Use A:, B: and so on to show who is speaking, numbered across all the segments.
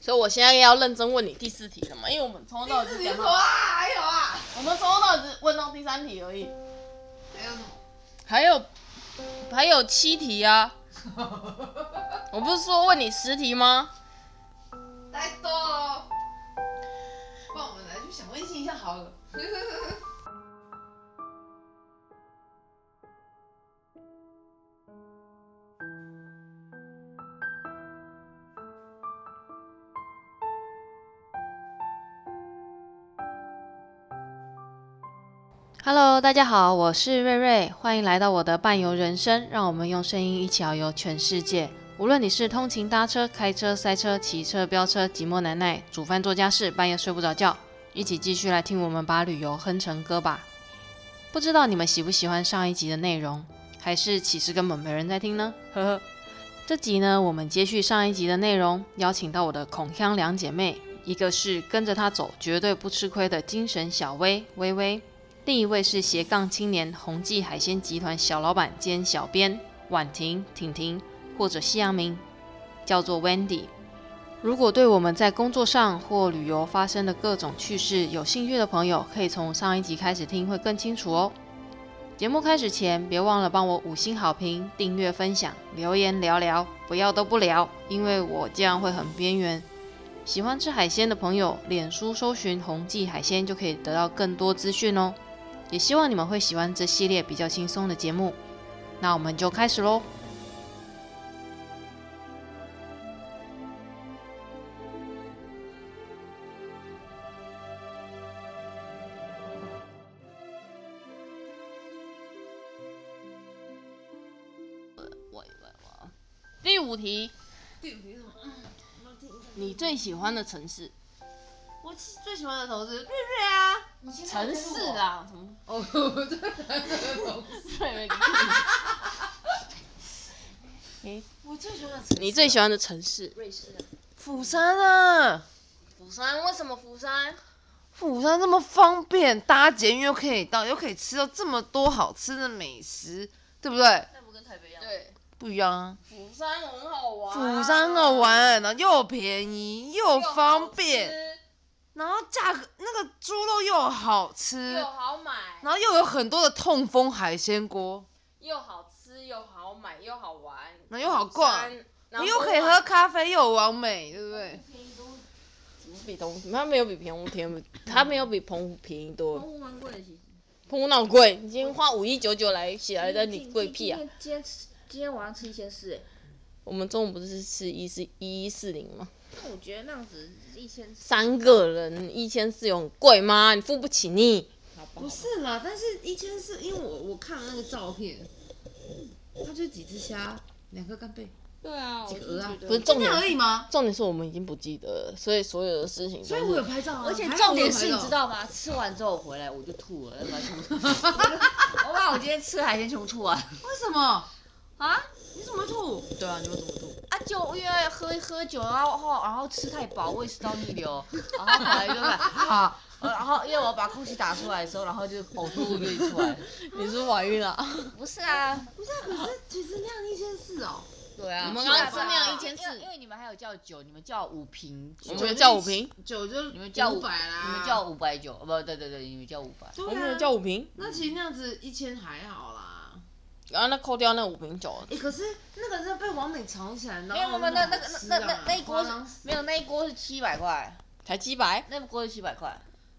A: 所以我现在要认真问你第四题了嘛，因为我们从头到尾
B: 自
A: 只
B: 己
A: 讲
B: 说
A: 到，
B: 啊，还有啊，
A: 我们从头到尾只问到第三题而已，
B: 还有什么？
A: 还有还有七题啊，我不是说问你十题吗？
B: 太多了，不然我们来去想温馨一下好了。
C: Hello，大家好，我是瑞瑞，欢迎来到我的伴游人生，让我们用声音一起遨游全世界。无论你是通勤、搭车、开车、塞车、骑车、飙车、寂寞难耐、煮饭、做家事、半夜睡不着觉，一起继续来听我们把旅游哼成歌吧。不知道你们喜不喜欢上一集的内容，还是其实根本没人在听呢？呵呵。这集呢，我们接续上一集的内容，邀请到我的孔香两姐妹，一个是跟着她走绝对不吃亏的精神小薇薇薇，另一位是斜杠青年宏记海鲜集团小老板兼小编婉婷、婷婷，或者西洋名叫做 Wendy。如果对我们在工作上或旅游发生的各种趣事有兴趣的朋友，可以从上一集开始听，会更清楚哦。节目开始前，别忘了帮我五星好评、订阅、分享、留言聊聊，不要都不聊，因为我这样会很边缘。喜欢吃海鲜的朋友，脸书搜寻“宏记海鲜”就可以得到更多资讯哦。也希望你们会喜欢这系列比较轻松的节目。那我们就开始喽。
A: 我我我，第五题，
B: 第五题是什么？我听一下。
A: 你最喜欢的城市？
B: 我最喜欢的同事瑞瑞啊，你先
A: 城市
B: 啊。
A: 啦，什么？
B: 哦，对对
A: 对，
B: 我最喜欢的城市
A: 你最喜欢的城市？
B: 瑞士啊，
D: 釜山啊，
A: 釜山？为什么釜山？
D: 釜山这么方便，搭捷运又可以到，又可以吃到这么多好吃的美食，对不对？
B: 那不跟台北一样？
A: 对，
D: 不一样啊，
A: 釜山很好玩。
D: 釜山的玩，然后又便宜又方便，，然后价格那个猪肉又好吃，
A: 又好买，
D: 然后又有很多的痛风海鲜锅，
A: 又好吃，又好买，又好玩，
D: 然后又好逛
A: 釜山，然
D: 然
A: 后
D: 后又可以喝咖啡，又有完美，对不对？
A: 比东，它没有比澎湖便宜，它没有比澎湖便宜多。
E: 嗯
B: 我玩过的其实。
A: 澎湖哪有贵？你今天花五一九九来写来的，你贵
E: 嗯
A: 屁啊！！
B: 今天今天晚上吃一千四，哎，
A: 我们中午不是吃一四一一四零吗？
B: 那我觉得那样子一千四。
A: 三个人一千四有很贵吗？你付不起你。
B: 不是啦，但是一千四，因为我我看了那个照片，
D: 它就几只虾，两个干贝，
B: 对啊，
D: 几个鹅啊
A: 不是
D: 这
A: 重点
D: 样而已吗？
A: 重点是我们已经不记得了，所以所有的事情都
D: 所以我有拍照啊，
E: 而且
D: 还好
E: 重
D: 我有
E: 点
D: 拍
E: 是，你
D: 照
E: 知道吗？吃完之后回来我就吐了，完全不 我把我今天吃海鲜全部吐完
D: 为什么？
E: 啊
D: 你怎么会吐？对啊，你会怎么吐？
E: 啊！就因为喝喝酒，啊然后然后吃太饱，胃食道逆流，哦然后后来就แบบ啊，呃然后因为我把空气打出来的时候，然后就呕吐物就一出来。
A: 你是怀孕了？
E: 不是啊，
B: 可是其实那样一千四哦，
E: 对啊，
A: 我们
E: 不是啊
A: 刚刚吃那样1400
E: 因为因为你们还有叫酒，你们叫五瓶酒，
A: 我
E: 你
A: 们叫五瓶，
B: 酒就
E: 你们叫
B: 五
E: 五
B: 百啦，
E: 们叫五百酒，哦不对对对，你们叫五百。
A: 我
B: 对啊
A: 们，叫五瓶，
B: 那其实那样子一千还好啦。
A: 然后那扣掉那五瓶酒，
B: 哎、可是那个真的被王美藏起来，没
E: 没有没有没有，那那个那那那那一锅是没
B: 有，
E: 有那一锅是七百块，
A: 才几百。
E: 那一锅是七百块。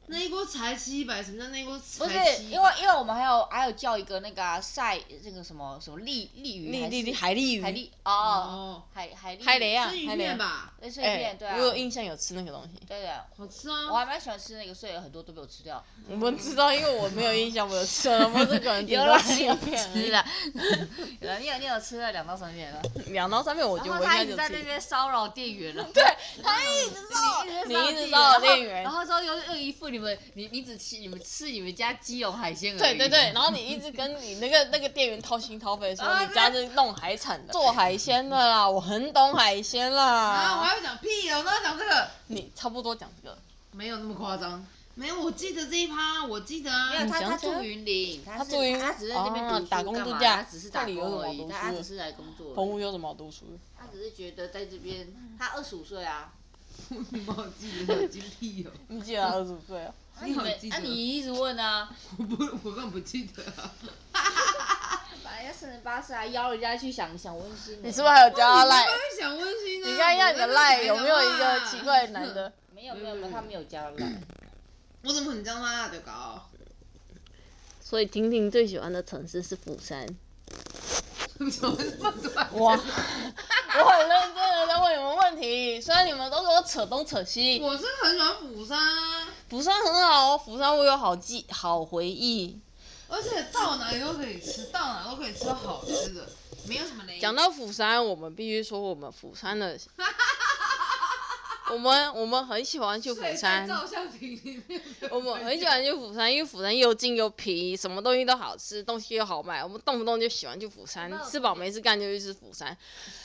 B: 那一锅才七百，什么叫那一锅才
E: 不是
B: 700
E: 因为因为我们还有还有叫一个那个啊晒那个什么什么利利鱼
A: 丽
E: 还是
A: 丽丽海丽
E: 海
A: 鱼，
E: 利哦
B: 哦，
E: 海海利
A: 海雷啊，
B: 是鱼
A: 海雷
B: 面。吧？
E: 那碎
A: 哎
E: 片对，啊
A: 我有印象有吃那个东西，
E: 对的，
B: 好吃
E: 我
B: 啊！
E: 还蛮喜欢吃那个碎的，很多都被我吃掉。
A: 我们知道，因为我没有印象，我有吃了，我这个人顶多吃一片而
E: 吃
A: 已，
E: 了，有人你有你有吃了两到三 片了，
A: 两到三片我就
E: 然后
A: 我
E: 他一
A: 应
E: 直
A: 该就
E: 在那
A: 吃。
E: 边骚扰店员了， 对他一直骚扰
A: 你一直
E: 扰
A: 骚扰店员
E: 然后然后之后又又一副你们你你只吃你们吃你们家基隆海鲜而已，
A: 对对对，然后你一直跟你那个那个店员掏心掏肺说你家是弄海产的，做海鲜的啦，我很懂海鲜
B: 啊，我
A: 啦。
B: 还要讲屁哦，我都要讲这个，
A: 你差不多讲这个，
B: 没有那么夸张。没有，我记得这一趴，我记得啊。
E: 没有，他
A: 想
E: 他
A: 嗯起来
E: 住云林，他
A: 他
E: 他
A: 住云
E: 他只是在那边
A: 哦
E: 读书
A: 打工
E: 干
A: 度
E: 嘛
A: 假
E: 他只是打
A: 这里有
E: 工
A: 什
E: 而
A: 么
E: 已，
A: 读
E: 他
A: 书
E: 他
A: 的
E: 只是来工作
A: 澎
E: 而已，
A: 湖有什么好读书的？
E: 他只是觉得在这边，他二十五岁啊，
D: 你帮我记得有经历哦，
A: 你记得他二十五岁啊？
D: 你好记
E: 那、
D: 得
E: 啊、你一直问啊，
D: 我不我根本不记得啊。
E: 把人家生辰八字还邀人家去想想温馨 的，
A: 你是不是还有加他赖？
D: 会想啊温馨呢？
A: 你看一下你的赖有没有一个奇怪的男的？
E: 没有没有没有，他没有加赖。
D: 我怎么很像啦，德高？
F: 所以婷婷最喜欢的城市是釜山。
D: 怎么这么短？
A: 哇，我很认真的在问你们问题，虽然你们都说我扯东扯西，
D: 我是很喜欢釜山啊，
A: 釜山很好哦，釜山我有好记好回忆。
D: 而且到哪里都可以吃，到哪都可以吃到好吃的，没有什么雷。
A: 讲到釜山，我们必须说我们釜 山的，我们我们很喜欢去釜
D: 所以在
A: 山，
D: 照相亭里面，
A: 我们很喜欢去釜山，因为釜山又近又便宜，什么东西都好吃，东西又好卖，我们动不动就喜欢去釜山，吃饱没事干就去吃釜山。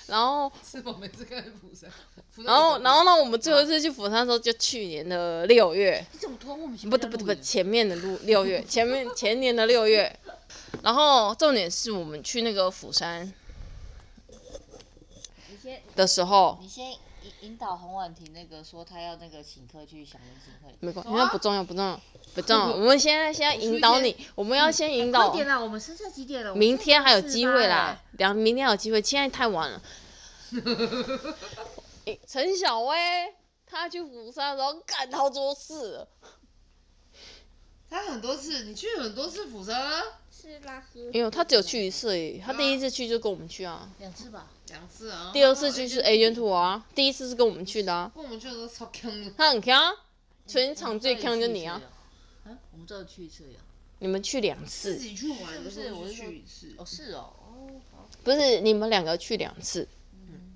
A: 然后，
D: 是我们这个釜山。釜山
A: 然后，然后呢，我们最后一次去釜山的时候，就去年的六月，
E: 你怎么突然问我们？
A: 不对不对不对，前面的路 六月，前面前年的六月。然后重点是我们去那个釜山
E: 你先
A: 的时候，
E: 你先引引导洪婉婷那个说她要那个请客去想温馨会。
A: 没关系，那不重要，不 重要，不重要。我们现在现在引导你，我们要先引
E: 快
A: 导。
E: 点啦，我们剩下几点了？
A: 明天还有机会啦，两明天还有机会，现在太晚了。 诶陈小薇，她去釜山然后干到做事了，
D: 他很多次，你去很多次釜山啊，
E: 是拉喝
A: 没有，她只有去一次而已。她第一次去就跟我们去啊，
E: 两次吧。
D: 两次啊。
A: 第二次去是 A 卷 t 啊，第一次是跟我们去的啊。
D: 跟我们去的时候超坑的，
A: 她很强啊，全场最强就你啊，
E: 嗯，我们只有去一啊次呀。
A: 你们嗯去两
D: 自
A: 次，
D: 己去玩的时
E: 是不是
D: 候
E: 我
D: 就是
E: 说
D: 去一次
E: 哦，。是哦，哦，好，
A: 不是你们两个去两次，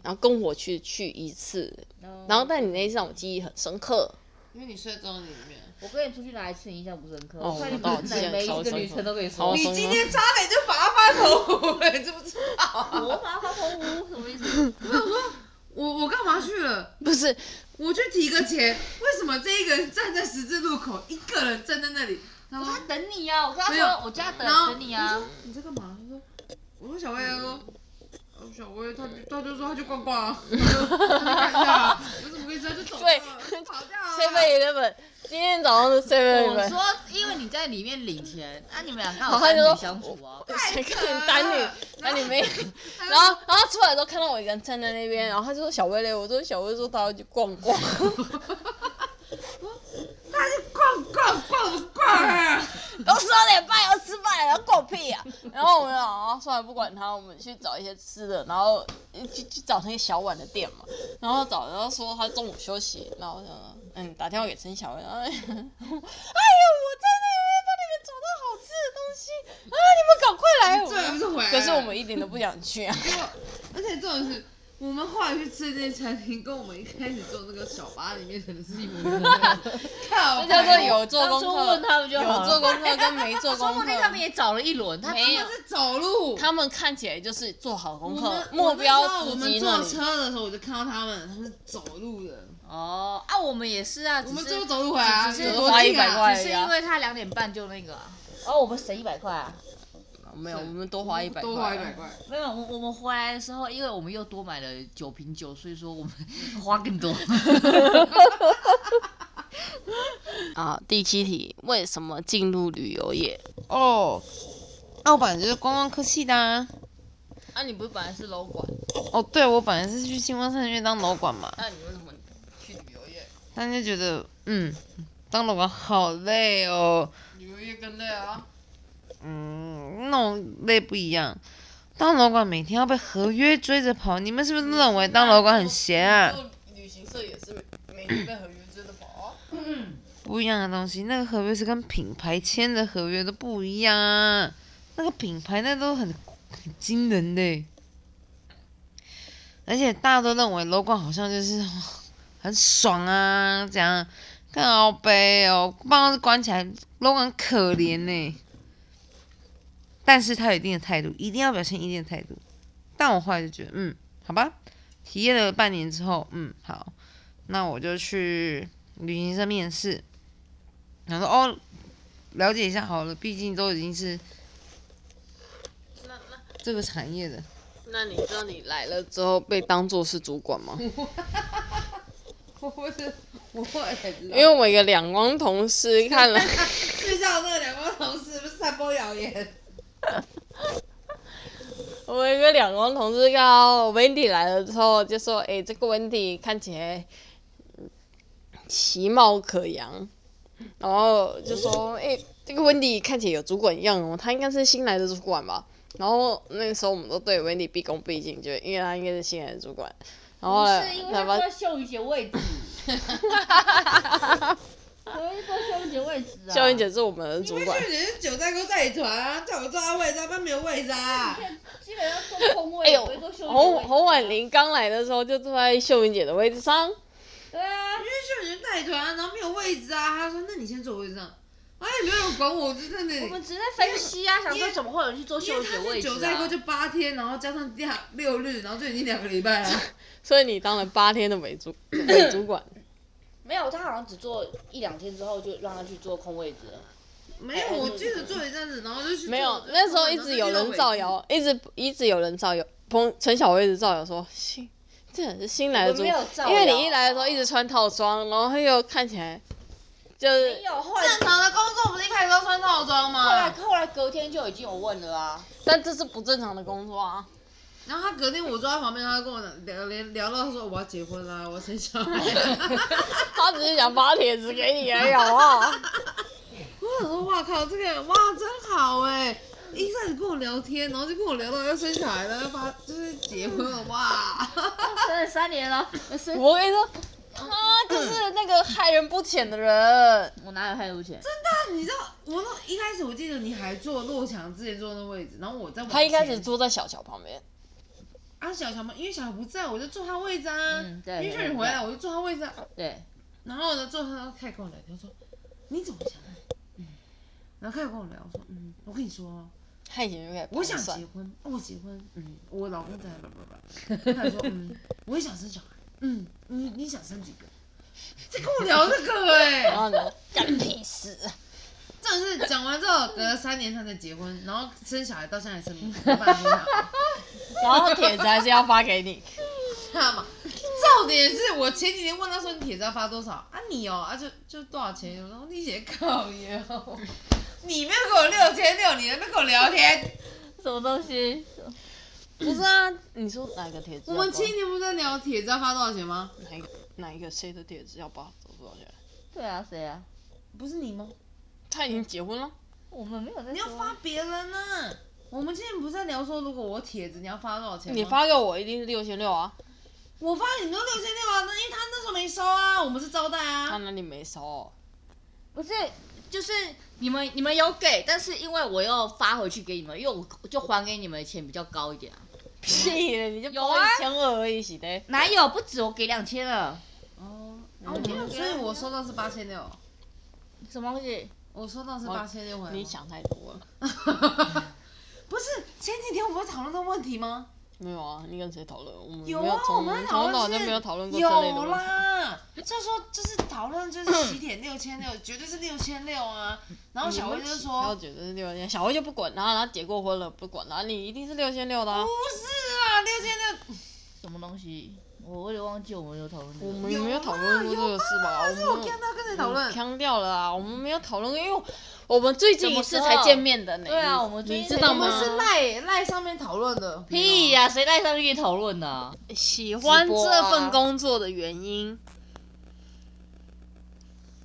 A: 然后跟我去去一次，
E: 嗯
A: 然后但你那一次让我记忆很深 刻。
D: 因为你睡在中里面。
E: 我跟你出去哪一次你印象不深刻？
A: 哦
E: 看你
A: 我道
E: 每
A: 歉
E: 每一
A: 超
E: 个
A: 深
E: 旅
A: 刻
E: 程都可以说
A: 超。
D: 你
A: 深
D: 今天差点就把他翻头了，你知不知道？
E: 我把它红屋什么意思？
D: 我我干嘛去了？
A: 不是，
E: 啊
D: 我去提个钱，为什么这一个人站在十字路口，一个人站在那里？然后
E: 他等你呀、啊，我跟他
D: 没有
E: 说，我叫他等
D: 然后
E: 等你啊。
D: 你在干嘛？他说，我说小薇，他
E: 嗯
D: 说，呃小薇，他就他就说他去逛逛 啊，他就看一下啊，我怎么跟你说他就走了
A: 对
D: 跑掉了啊。
A: Seven Eleven，今天早上是 Seven
E: 我
A: Eleven，
E: 说，因为你在里面领钱，那、你们俩刚
A: 好
E: 好
A: 他
E: 男
A: 就说
E: 女相处啊。
A: 谁看你单女男女没？然后然后出来的时候看到我一个人站在那边，然后他就说小薇嘞，我说小薇说她要去逛逛，
D: 他去逛逛逛什么逛啊？
A: 都十二点半要吃饭了，要逛屁啊！ 然后我们就啊算了不管他，我们去找一些吃的，然后去去找那个小碗的店嘛，然后找然后说他中午休息，然后我想说嗯打电话给陈小薇，然后 哎呦我在那边帮你们找到好吃的东西啊，你们赶快来！我
D: 最后不是回来了。
A: 可是我们一点都不想去啊。
D: 而且这种是，我们后来去吃的那餐厅，跟我们一开始做那个小巴里面可能是一模一样 的。靠
A: 这叫做有做
E: 当
A: 功
E: 初
A: 课，
E: 问他们就好
A: 有
E: 了。
A: 做功课跟没做
E: 说
A: 功
E: 不
A: 课
E: 定他们也找了一轮，他
A: 没有
D: 是走路。
A: 他们看起来就是做好功
D: 我
A: 课
D: 们，
A: 目标
D: 我
A: 直
D: 们
A: 击
D: 坐
A: 那里。
D: 车的时候，我就看到他们，他们是走路的。
E: 哦啊，我们也是啊，只
D: 我们
E: 是
D: 最后走路回来啊，
E: 只
A: 有
E: 是
A: 多花
D: 近
A: 100块
D: 啊！
E: 只是因为他两点半就那个、啊。哦，我们省一百块啊！
A: 没有，我们多花一百，啊
D: 多花一百。块，
E: 没有，我哦我们回来的时候，因为我们又多买了九瓶酒，所以说我们花更多。
A: 啊，第七题，为什么进入旅游业？
D: 哦，那我本来就是观光科系的、啊。
A: 啊，你不是本来是楼管，
D: 哦，对，我本来是去星光三月当楼管嘛，
A: 那你为什么去旅游业？
D: 但就觉得，嗯，当楼管好累哦。
A: 旅游业更累啊！
D: 嗯，那种累不一样。当楼管每天要被合约追着跑，你们是不是认为当楼管很闲啊？
A: 旅行社也是每天被合约追着跑啊。
D: 不一样的东西，那个合约是跟品牌签的合约都不一样啊。那个品牌那都很很惊人的欸，而且大家都认为楼管好像就是哦很爽啊，这样更好悲哦，办公室关起来，楼管可怜呢、但是他有一定的态度，一定要表现一定的态度。但我后来就觉得，嗯，好吧，体验了半年之后，嗯，好，那我就去旅行社面试，然后说哦，了解一下好了，毕竟都已经是这个产业的。
A: 那你知道你来了之后被当做是主管吗？
D: 我是我也知
A: 因为我一个两光同事看了，
D: 睡觉那个两光同事不是散播谣言，
A: 我一个两光同事看到 Wendy 来了之后，就说：“哎、这个 Wendy 看起来嗯其貌可扬。”然后就说：“哎、这个 Wendy 看起来有主管样哦，她应该是新来的主管吧？”然后那时候我们都对 Wendy 毕恭毕敬，就因为她应该是新来的主管。然后
E: 不
A: 呢
E: 是因为
A: 才
E: 他
A: 发
E: 坐在秀云姐位 置，怎么会坐秀云姐位置啊？
A: 秀英姐是我们的主 管，
D: 你是九寨沟代理团啊，叫我坐他位置，他没有位置啊。
E: 基本上坐空
A: 哎
E: 位，
A: 呦
E: 不会坐秀云姐位
A: 洪
E: 置
A: 洪婉玲刚来的时候就坐在秀英姐的位置上，
E: 对啊，
D: 因为秀人带团啊，然后没有位置啊，他说那你先坐位置上，哎，没有人管我，就在那
G: 我
D: 里。
G: 们只是在分析啊，想
D: 因
G: 说
D: 为
G: 怎么会有人去做
D: 因
G: 秀
D: 为
G: 姐
D: 他
G: 位置
D: 去九寨沟
G: 啊？
D: 就八天，然后加上第六日，然后就已经两个礼拜了。
A: 所以你当了八天的伪主 伪主管。
G: 没有，他好像只做一两天之后就让他去做空位置了。
D: 没有，我记得坐一阵子，然后就去坐。
A: 没有，
D: 就
A: 那时候一直有人造。谣，一直一直有人造谣，彭陈小薇一直造谣说新，这人是新来的
G: 我
A: 主
G: 没有
A: 管，
G: 造
A: 因为
G: 谣
A: 你一来的时候一直穿套装，然后他又看起来就是
G: 没有，后来
D: 正常的工作不是一开始都穿套
G: 后
D: 装
G: 来
D: 吗？
G: 后来隔天就已经有问了啊。
A: 但这是不正常的工作啊。
D: 然后他隔天我坐在旁边，他跟我聊聊聊到说我要结婚啦，我要生小 孩。
A: 他只是想发帖子给你而已，好不 好？
D: 我想说，哇靠，这个哇真好哎！一开始跟我聊天，然后就跟我聊到要生小孩了，要把就是结婚了哇！
E: 真的三年了，是
A: 我跟你说，他就是那个害人不浅的人。
E: 我哪有太多钱？
D: 你知道，我都一开始我记得你还坐洛强之前坐那位置，然后我在往
A: 他一开始
D: 前
A: 坐在小乔旁边，
D: 啊小乔嘛，因为小乔不在，我就坐他位置啊。
E: 嗯对
D: 因为秀你回来，我就坐他位置啊。
E: 对，
D: 然后呢，坐他开始跟我聊天，我说嗯你怎么想的？嗯，然后开始跟我聊，我说嗯，我跟你说哦，
A: 他以前就开始
D: 我想
A: 盘算
D: 结婚，我结婚，嗯，我老公在不不不， 他说嗯，我也想生小孩，嗯，你你想生几个？ 在跟我聊这个哎、
A: 然后你说干屁事，
D: 真的是讲完之后，隔了三年他才结婚，然后生小孩到现在还生没没办法生小 孩，
A: 然后帖子还是要发给你。
D: 知道吗？重点是我前几天问他说你帖子要发多少啊？你哦啊就就多少钱？我说你写靠腰， 你没有给我六千六，你还没跟我聊天。
E: 什么东西？
A: 不是啊，你说哪个帖子
D: 我
A: 要发？
D: 们前几天不是在聊帖子要发多少钱吗？
A: 哪一个哪一个谁的帖子要发多少钱？
E: 对啊，谁啊？
D: 不是你吗？
A: 他已经结婚了，
E: 我们没有在
D: 你要
E: 说
D: 发
E: 啊。
D: 别人呢、我们之前不是在聊说，如果我帖子你要发多少钱吗？
A: 你发给我一定是六千六啊，
D: 我发你都六千六啊，那因为他那时候没收啊，我们是招待
A: 他
D: 啊。
A: 哪里没收、哦
E: 不是，就是你们你们有给，但是因为我又发回去给你们，因为我就还给你们的钱比较高一点啊。
A: 屁了，你就
E: 有
A: 包
E: 啊
A: 一千二而已，是的。
E: 哪有？不止，我给两千了。
D: 哦，啊我没有所以我收到是八千六，
E: 什么东西？
D: 我收到是八千六回来吗。
A: 你想太多了。
D: 不是前几天我们不是讨论这个问题吗？
A: 没有啊，你跟谁讨论？我们没
D: 有
A: 有
D: 啊，
A: 从
D: 我们在
A: 从头到
D: 讨
A: 尾就
D: 论
A: 没有讨论过这类的
D: 有
A: 问题。
D: 啦，就说就是讨论就是起点六千 六，绝对是六千六啊。然后小薇就
A: 不要
D: 说
A: 觉得是六嗯千，小薇就不管他，他结过婚了不管他，你一定是六千六的、啊
D: 不。是啊，六千六
E: 什么东西？我我有点忘记我们有讨论这
A: 我
E: 个。
A: 们没有讨论过这个事吧？我
D: 还
A: 们
D: 是我看到跟谁讨论？
A: 腔调了啊，我们没有讨论过，因为我们最近一次才见面的呢。
E: 对啊
A: 你
E: 我们最近
A: 你
E: 才
A: 知道
D: 我
A: 吗
D: 们？是赖赖上面讨论的。
E: 屁呀、谁带上去讨论呢、
A: 喜欢这份工作的原因。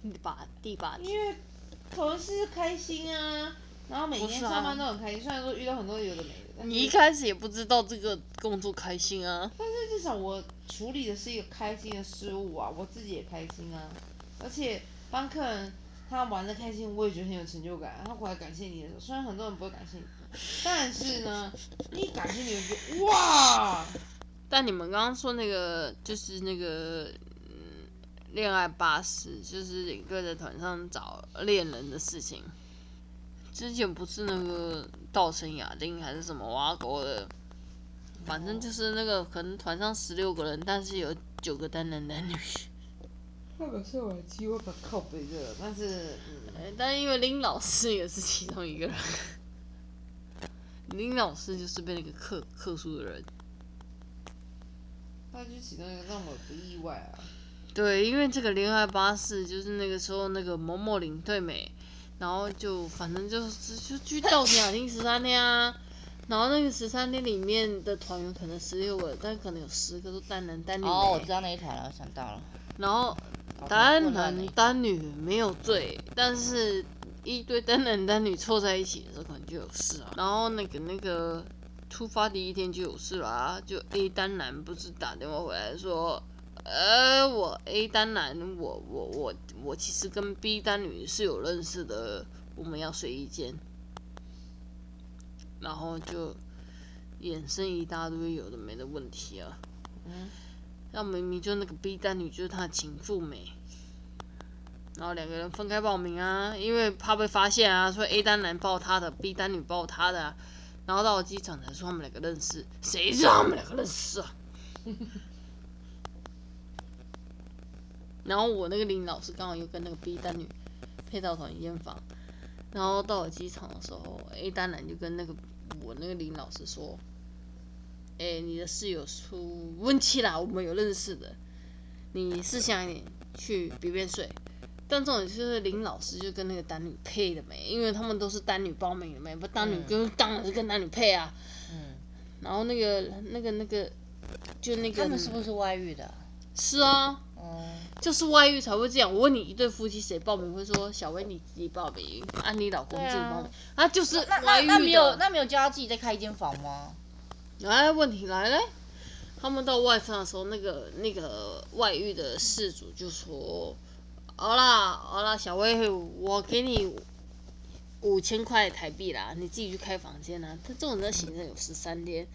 A: 第八第八题，
D: 因为同事开心啊，然后每
A: 不
D: 天
A: 是啊
D: 上班都很开心，虽然说遇到很多有的没的，但
A: 你一开始也不知道这个工作开心啊。
D: 但是至少我处理的是一个开心的事物啊，我自己也开心啊，而且帮客人他玩的开心，我也觉得很有成就感。他回来感谢你的时候，虽然很多人不会感谢你，但是呢，一感谢你我就觉得哇，
A: 但你们刚刚说那个就是那个嗯，恋爱巴士，就是一个在团上找恋人的事情。之前不是那个稻城亚丁还是什么挖沟的，反正就是那个可能团上十六个人，但是有九个单人男女。
D: 那个是我机会把靠背的，但是嗯，
A: 呃但因为林老师也是其中一个人， 林老师就是被那个克克数的人，
D: 他就其中一个让我不意外啊。
A: 对，因为这个恋爱巴士就是那个时候那个某某领队美，然后就反正就是就去 到亚丁十三天啊，然后那个十三天里面的团员可能十六个，但可能有十个都单男单女、
E: 哦，我知道那一团了，我想到了，
A: 然后
E: 搞得很
A: 单
E: 混乱
A: 男
E: 欸
A: 单女没有罪，但是一堆单男单女凑在一起的时候可能就有事啊。然后那个那个出发第一天就有事啦、啊就 A 单男不是打电话回来说，呃，我 A 单男，我我我我其实跟 B 单女是有认识的，我们要睡一间，然后就衍生一大堆有的没的问题啊。那明明就那个 B 单女就是他的情妇美，然后两个人分开报名啊，因为怕被发现啊，所以 A 单男抱他的，B 单女抱他的、啊，然后到了机场才说他们两个认识，谁知道他们两个认识啊？然后我那个林老师刚好又跟那个 B 单女配到同一间房，然后到了机场的时候，A 单男就跟那个我那个林老师说，哎、你的室友出问题啦，我们有认识的，你思想一点，去别边睡。但重点就是林老师就跟那个单女配的没，因为他们都是单女报名的没，不单女跟、当然是跟单女配啊。
E: 嗯，
A: 然后那个那个那个，就那个
E: 他们是不是外遇的？
A: 是啊，
E: 嗯，
A: 就是外遇才会这样。我问你，一对夫妻谁报名会说小薇你自己报名，啊你老公自己报名，啊就是
E: 那
A: 外
E: 那
A: 遇
E: 那没有
A: 的。
E: 那没有叫他自己再开一间房吗？
A: 来，哎问题来了，他们到外上的时候，那个那个外遇的事主就说：“好啦好啦，小薇，我给你五千块台币啦，你自己去开房间啦。”他这种人行政有十三天，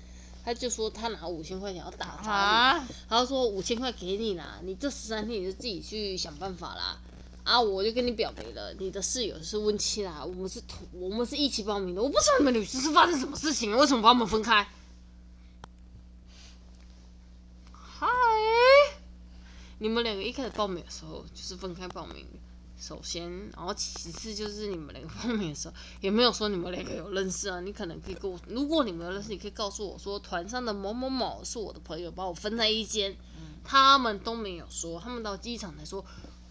A: 他就说他拿五千块钱要打发你，他就说五千块给你啦，你这十三天你就自己去想办法啦。啊！我就跟你表白了，你的室友是温七啦，我们是同，我们是一起报名的。我不知道你们女生是发生什么事情了，为什么把我们分开？嗨，你们两个一开始报名的时候就是分开报名，首先，然后其次就是你们两个报名的时候也没有说你们两个有认识啊，你可能可以跟我，如果你们有认识，你可以告诉我说团上的某某某是我的朋友，把我分在一间，他们都没有说，他们到机场才说，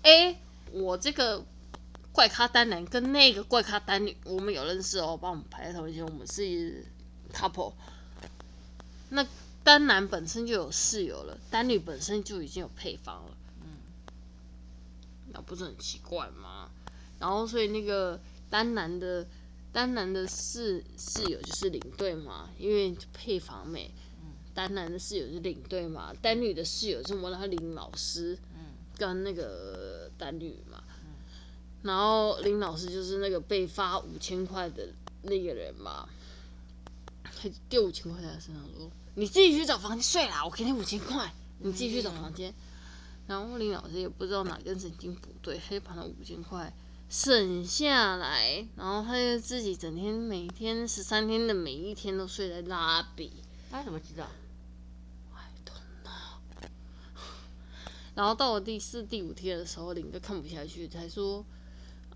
A: 哎、我这个。怪咖单男跟那个怪咖单女，我们有认识哦，帮我们排在同一间，我们是 couple。那单男本身就有室友了，单女本身就已经有配方了，嗯，那不是很奇怪吗？然后所以那个单男的单男的室室友就是领队嘛，因为配方妹，单男的室友是领队嘛，单女的室友是我他林老师，
E: 嗯
A: 跟那个单女嘛，然后林老师就是那个被发五千块的那个人嘛，他就丢五千块在他身上说：“你自己去找房间睡啦，我给你五千块，你自己去找房间。然后林老师也不知道哪根神经不对，他就把那五千块省下来，然后他就自己整天每天十三天的每一天都睡在拉比。
E: 他怎么知道？
A: 然后到我第四、第五天的时候，林哥看不下去，才说：“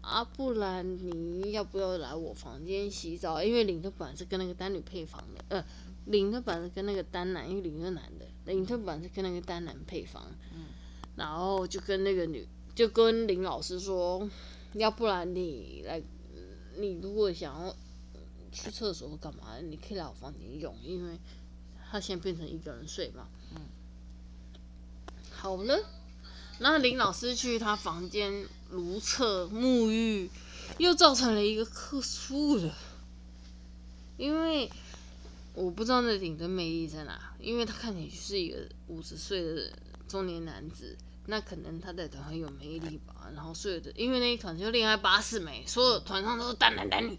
A: 啊，不然你要不要来我房间洗澡？因为林哥本来是跟那个单女配房的，呃，林哥本来是跟那个单男，因为林哥男的，林哥本来是跟那个单男配房，然后就跟那个女，就跟林老师说，要不然你来，你如果想要去厕所干嘛，你可以来我房间用，因为他现在变成一个人睡嘛。”好了，那林老师去他房间如厕沐浴，又造成了一个客诉了，因为我不知道那顶的魅力在哪，啊因为他看起来就是一个五十岁的中年男子。那可能他在团很有魅力吧，然后所有的，因为那一团就恋爱巴士没，所有团上都是单男单女，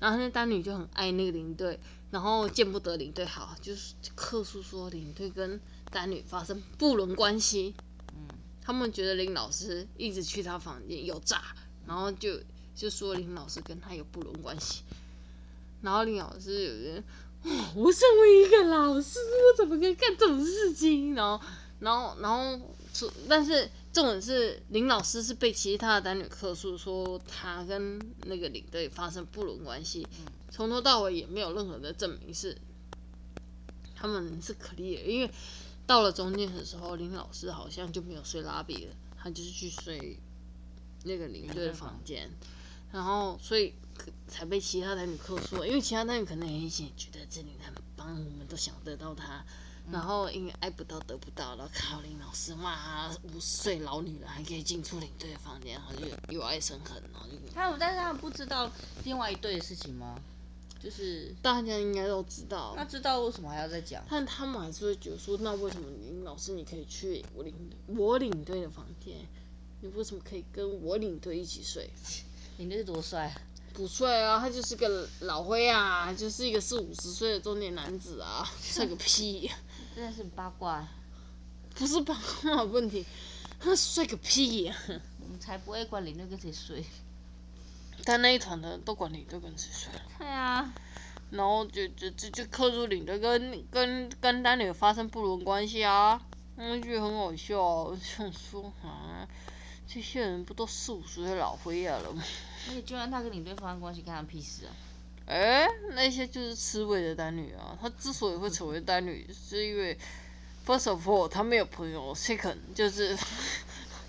A: 然后那单女就很爱那个领队，然后见不得领队好，就是客诉说领队跟单女发生不伦关系。他们觉得林老师一直去他房间有诈，然后就就说林老师跟他有不伦关系。然后林老师有人，哦我身为一个老师，我怎么可以干这种事情？然后，然后，然后，出但是重点是林老师是被其他的单女客诉说他跟那个领队发生不伦关系，从头到尾也没有任何的证明是他们是可 l e 因为到了中间的时候，林老师好像就没有睡拉比了，他就是去睡那个领队的房间，然后所以可才被其他男女扣诉，因为其他男女可能也想觉得这里很棒，我们都想得到他，然后因为爱不到得不到，然后看到林老师骂五十岁老女人还可以进出领队的房间，然后就有有爱生恨，然后就
E: 他们但是他们不知道另外一队的事情吗？就是
A: 大家应该都知道，
E: 那知道为什么还要再讲？
A: 但他们还是会觉得说，那为什么林老师你可以去我领我领队的房间，你为什么可以跟我领队一起睡？
E: 你那是多帅啊！
A: 不睡啊，他就是个老灰啊，就是一个四五十岁的中年男子啊，睡个屁、
H: 真的是八
E: 啊
H: 卦，
A: 不是爸妈的 问题，他睡个屁呀、
H: 你才不会管领队跟谁 睡。
A: 但那一团的都管领队跟谁睡了，
H: 对啊，
A: 然后就就就就扣住领队跟跟跟单女发生不伦关系啊，那就很好笑、啊，我想说啊，这些人不都四五十岁老灰啊了吗？
H: 而且就算他跟领队发生关系，干他屁事啊？
A: 哎、那些就是吃味的单女啊。她之所以会成为单女，是因为 first of all 她没有朋友，second 就是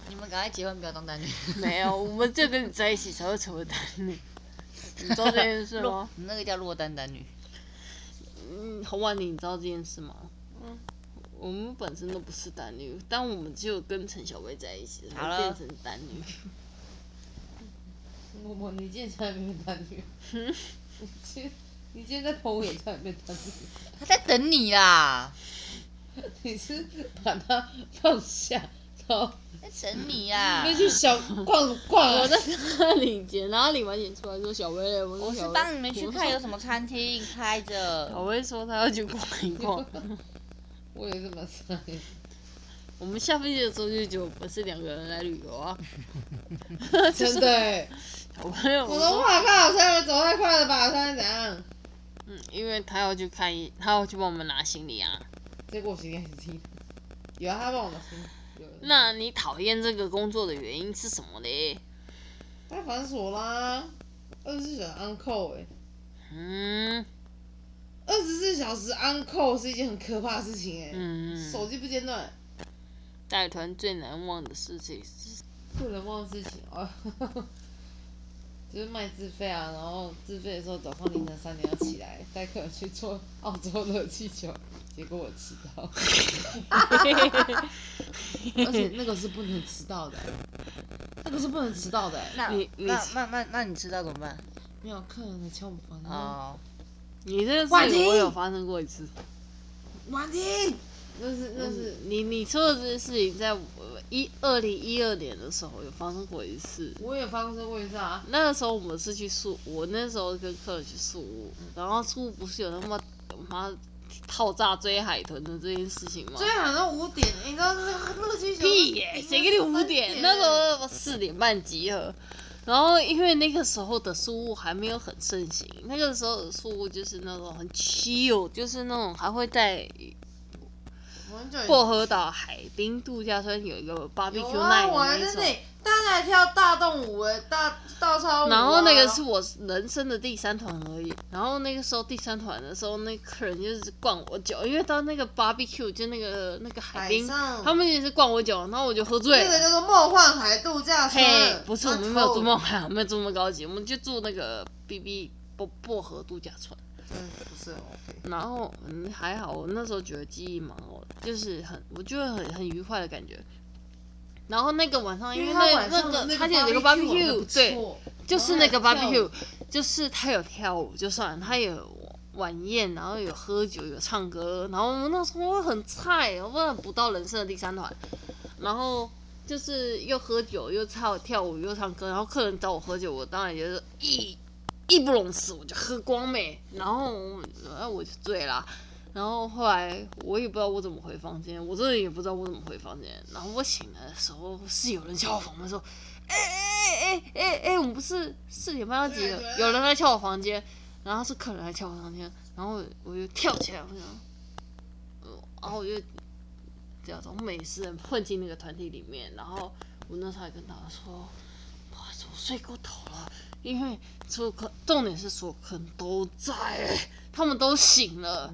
E: 你们赶快结婚，不要当单女。
A: 没有，我们就跟你在一起才会成为单女。你知道这件事吗？
E: 你那个叫落单单女。
A: 嗯，红婉玲，你知道这件事吗？嗯，我们本身都不是单女，但我们只有跟陈小薇在一起，才
E: 好
A: 会
E: 了
A: 变成单 女。
D: 我我你今天才没有单女，
A: 嗯
D: 你今你今天在捧我也才没有单女，
E: 他在等你啦，
D: 你是把它放下，然后
E: 在等你啦。
D: 那去小逛逛
A: 啊我
D: 啊。
A: 在跟她领结，然后领完结出来说小薇嘞，我
E: 我
A: 说
E: 是
A: 小薇，
E: 帮你们去看有
A: 么。
E: 什么餐厅开
A: 小
E: 着。
A: 薇说她要去逛一 逛。
D: 我也是蛮傻眼。
A: 我们下飞机的时候就觉得我们是两个人来旅游 啊，
D: 真的欸，
A: 我朋友
D: 我说
A: 说，
D: 哇靠，三人走太快了吧，三人怎样？
A: 嗯，因为他要去看医，他要去帮我们拿行李啊。
D: 结果我行李还是低的，有啊，他帮我拿行李，有啊
A: 那你讨厌这个工作的原因是什么嘞？
D: 太繁琐啦，二十四小时 on call 哎、
A: 嗯
D: 二十四小时 on call 是一件很可怕的事情哎、手
A: 嗯，
D: 机不间断，
A: 带团最难忘的事情是，
D: 不能忘的事情哦。 就是卖自费啊，然后自费的时候早上凌晨三点要起来带客人去做澳洲热气球，结果我迟到， 而且那个是不能迟到的、那个是不能迟到的、
E: 那
A: 你你
E: 那那那那你知道怎么办？
D: 没有客人来敲我们房门，
E: 哦，
A: 你这个
D: 婉
A: 事
D: 婷
A: 情我有发生过一次。嗯
D: 婉婷，那是那是
A: 你你说的这件事情，在我一二零一二年的时候有发生过一次。
D: 我也发生过一次啊，
A: 那个时候我们是去宿，我那时候跟客人去宿屋，然后宿屋不是有他妈妈套炸追海豚的这件事情吗
D: 最？晚上五点，你知道那个热气球
A: 屁耶、谁给你五点？那时候我四点半集合，然后因为那个时候的宿务还没有很盛行，那个时候的宿务就是那种很 chill，就是那种还会在
D: 我很久以前
A: 薄荷岛海滨度假村有一个 barbecue
D: 嗯有啊，
A: night
D: 我
A: 的
D: 还
A: 那
D: 在那
A: 一种。
D: 里，大家还跳大动舞哎、大大超舞、
A: 然后那个是，我人生的第三团而已。然后那个时候第三团的时候，那客人就是灌我酒，因为到那个 barbecue 就那个那个海滨，
D: 海上
A: 他们也是灌我酒，然后我就喝醉
D: 那 个
A: 了。
D: 叫做梦幻海度假村
A: 嘿，，不是我们没有住
D: 做
A: 梦海，我们没有住那么高级，我们就住那个 B B 薄薄荷度假村。
D: 嗯，不是 OK，
A: 然后嗯还好，我那时候觉得记忆蛮好的，就是很我觉得很很愉快的感觉。然后那个晚上，因为
D: 他
A: 那
D: 晚上
A: 个
D: 的
A: 他
D: 那
A: 有一个 barbecue，对，就是那个
D: 然后还有
A: barbecue，就是他有跳舞就算，他有晚宴，然后有喝酒，有唱歌，然后我们那时候很菜，我们不到人生的第三团，然后就是又喝酒又跳跳舞又唱歌，然后客人找我喝酒，我当然就是义义不容辞，我就喝光没，然后我呃我就醉啦。然后后来我也不知道我怎么回房间，我真的也不知道我怎么回房间。然后我醒来的时候是有人敲我房门说：“哎哎哎哎哎，我们不是四点半啊要集合，有人来敲我房间。”然后是客人来敲我房间，然后我就跳起来，我想，呃然后我就假装没事混进那个团体里面。然后我那时候还跟他说：“不好意思，我睡过头了，因为所有客重点是所有客人都在、他们都醒了。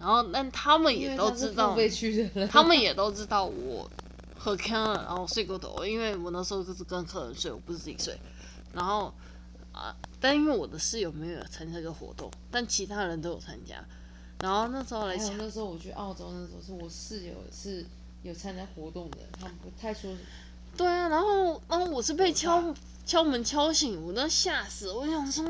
A: 然后但他
D: 嗯
A: 们
D: 因
A: 也
D: 为
A: 都
D: 他是
A: 知道
D: 付，费区的 人，
A: 他们也都知道我喝 c 了，然后睡过头，因为我那时候就是跟客人睡，我不是自己睡。然后啊，但因为我的室友没有参加这个活动，但其他人都有参加。然后那时候来
D: 还有
A: 讲，
D: 那时候哎我去澳洲，那时候是我室友是有参加活动的，他们不太说
A: 对啊，然后然后我是被敲敲门敲醒，我那吓死，我想说，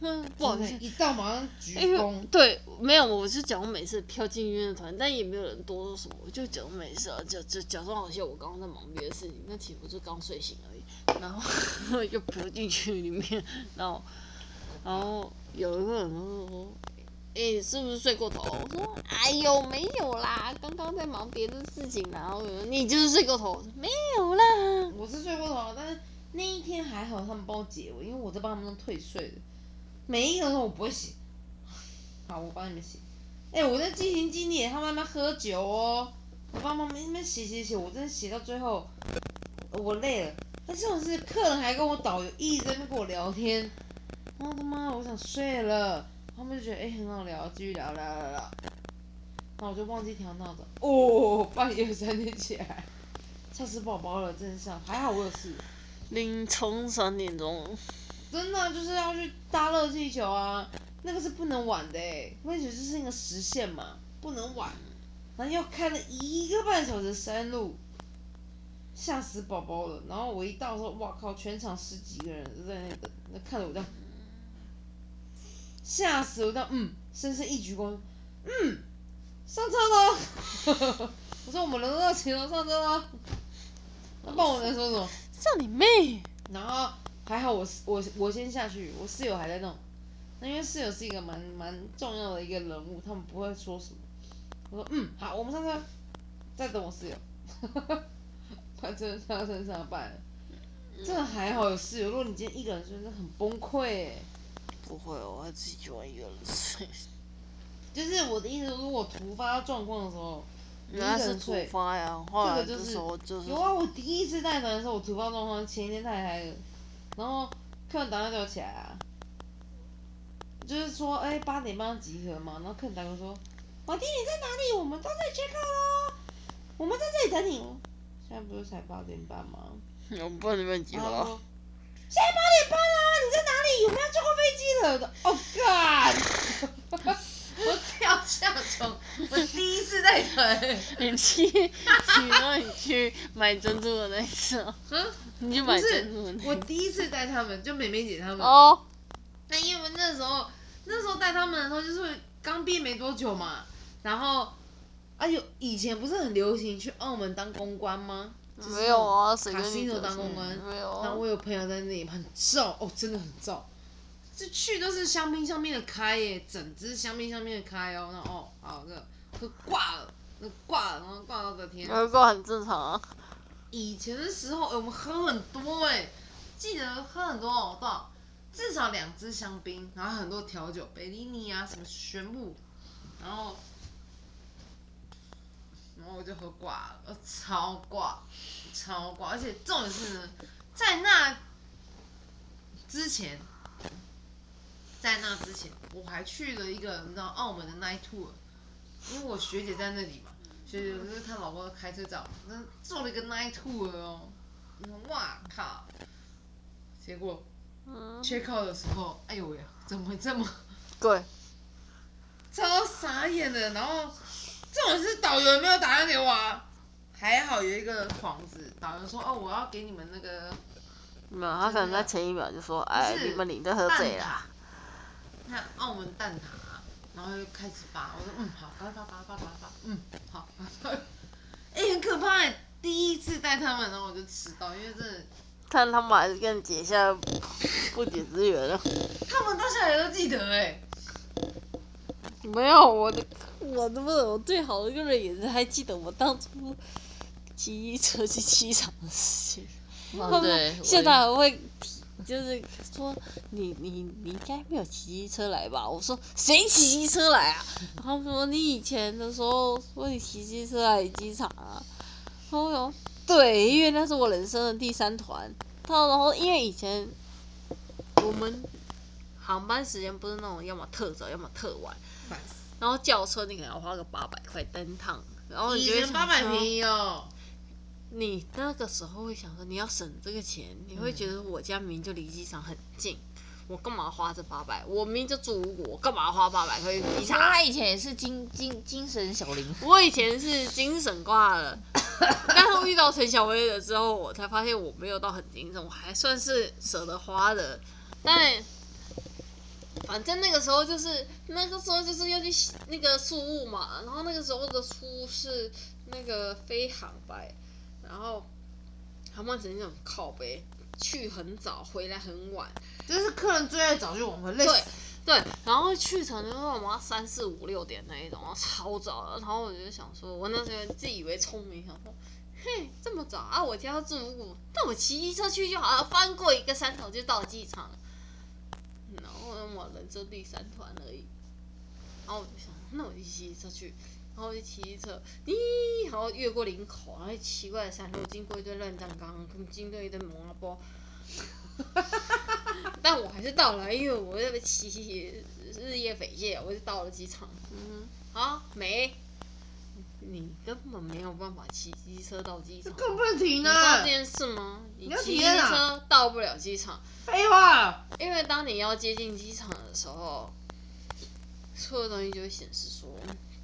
A: 嗯，不好意
D: 真
A: 思
D: 的，一到马上鞠
A: 因
D: 躬
A: 为。对，没有，我是假装没事飘进音乐团，但也没有人多说什么，我就假装没事啊，假假假装好像我刚刚在忙别的事情，那其实我就刚睡醒而已，然后 又飘进去里面，然后然后有一个人就说。诶，是不是睡过头？我说，哎呦，没有啦，刚刚在忙别的事情啦。然后有人你就是睡过头，我说没有啦。
D: 我是睡过头了，但是那一天还好，他们帮我解围，因为我在帮他们弄退睡的。每一个人都说我不会醒，好，我帮你们醒。哎、我在进行经理，他们在那边喝酒哦，我帮他们那边洗洗洗，我真的洗到最后，我累了。但这种是客人还跟我导游一直在那边跟我聊天，然后他妈我想睡了，他们就觉得哎、很好聊，继续聊聊聊聊。然后我就忘记调闹钟，哦，半夜三点起来。吓死宝宝了，真的吓！还好我有事，
A: 凌晨三点钟，
D: 真的就是要去搭热气球啊，那个是不能晚的哎、热气球就是那个时限嘛，不能晚，然后又开了一个半小时的山路，吓死宝宝了。然后我一到的时候，哇靠，全场十几个人都在那里等，那看着我这样，吓死我这样，嗯，深深一鞠躬，嗯，上车喽。 我说我们人都到齐了，上车喽。那不然我能说什么？
A: 上你妹！
D: 然后还好我室我我先下去，我室友还在弄。那因为室友是一个蛮蛮重要的一个人物，他们不会说什么。我说嗯好，我们上车，再等我室友。 他真的上身上班了，
A: 嗯
D: 真的还好有室友。如果你今天一个人睡，真的很崩溃哎。
A: 不会，我还自己喜欢一个人睡。
D: 就是我的意思，如果突发状况的时候，一
A: 原来
D: 个
A: 是
D: 人
A: 突
D: 睡。
A: 发呀，后来
D: 这个
A: 的
D: 就是
A: 时候就是
D: 有啊，我第一次带团的时候，我突发状况，前一天太嗨了，然后客人打电话叫我起来啊，就是说，哎、八点半集合嘛，然后客人打给我说，马丁你在哪里？我们都在 check out 咯，我们在这里等你。哦现在不是才八点半吗？
A: 我不能你们几
D: 然
A: 个
D: 后
A: 啊
D: 他说，现在八点半啦、你在哪里？我们要坐过飞机了。我说，Oh 哦 God！
B: 我跳下床，我第一次在 等。
A: 你去， 你让你去买珍珠的那一次哦，你去买
D: 不是
A: 珍珠的那
D: 嗯
A: 一
D: 我
A: 次。
D: 第一次带他们，就美美姐他们。
A: 哦，
D: 那因为那时候那时候带他们的时候，就是刚毕业没多久嘛，然后啊有以前不是很流行去澳门当公关吗？就是那种
A: 没有啊，谁
D: 卡
A: 跟
D: 西
A: 你
D: 诺
A: 的
D: 当公关，
A: 没有
D: 然
A: 啊
D: 后。我有朋友在那里很燥哦，真的很燥，这去都是香槟香槟的开耶，整支香槟香槟的开哦，然后哦好的，就挂了，就挂了，然后挂到隔天。
A: 有一个很正常啊，
D: 以前的时候，哎、我们喝很多哎、记得喝很多哦，多少？至少两支香槟，然后很多调酒，贝利尼啊，什么玄武，然后，然后我就喝挂了，我超挂，超挂，而且重点是呢，在那之前，在那之前，我还去了一个你知道澳门的 night tour，因为我学姐在那里嘛，学姐就是她老公开车找，那做了一个 night tour 哦，我说哇靠！结果 check out 的时候，哎呦喂，怎么会这么
A: 对，
D: 超傻眼的？然后这种是导游有没有打电话给我啊？还好有一个幌子，导游说哦，我要给你们那个
A: 没有，他可能在前一秒就说，哎，
D: 是
A: 你们领队喝醉啦，
D: 那澳门蛋挞，啊然后就开始扒，我说嗯好，扒扒扒扒扒扒，嗯好， 哎、很可怕欸，第一次带他们，然后我就迟到，因为真的
A: 看他们还是跟解下不解之缘啊了。
D: 他们到现在都记得哎、
A: 没有，我的我的不是我最好的一个人也是还记得我当初骑车去机场的事情。
I: 哦 对，
A: 现在
I: 在
A: 还会提就是说你你你应该没有骑机车来吧？我说谁骑机车来啊？然后他们说你以前的时候说你骑机车来机场啊，然后我想对，因为那是我人生的第三团。他然后因为以前我们航班时间不是那种要么特早要么特晚，
D: 烦死
A: 然后轿车你可能要花个八百块单趟，然哦后你
D: 以
A: 就会
D: 前
A: 想
D: 八百
A: 说
D: 便宜哦，
A: 你那个时候会想说，你要省这个钱，你会觉得我家明明就离机场很近，我干嘛花这八百？我明明就住五股，我干嘛花八百块去机场？
H: 他以前也是精精精神小灵魂，
A: 我以前是精神挂了，但是遇到陈小薇了之后，我才发现我没有到很精神，我还算是舍得花的。但反正那个时候就是那个时候就是要去那个宿务嘛，然后那个时候的书是那个飞航白，然后他们只那种靠背，去很早，回来很晚。
D: 就是客人最爱早就往回累
A: 对
D: 死。
A: 对，然后去成的话，我们要三四五六点那一种，然后啊超早的。然后我就想说，我那时候自以为聪明，想说，嘿，这么早啊，我家住五股，那我骑机车去就好了，翻过一个山头就到机场了。然后我人生第三团而已。然后我就想，那我就骑机车去，然后我就骑机车，咦，然后越过林口，然后奇怪的山路，经过一堆乱葬岗，经过一堆蒙阿波， 但我还是到了，因为我在骑日夜匪夜，我就到了机场。嗯，好没，你根本没有办法骑机车到机场，
D: 更不能停
A: 你知道
D: 啊
A: 这！件事吗？你
D: 你要
A: 骑
D: 体
A: 机
D: 验啊
A: 车到不了机场，
D: 废话，
A: 因为当你要接近机场的时候，所有东西就会显示说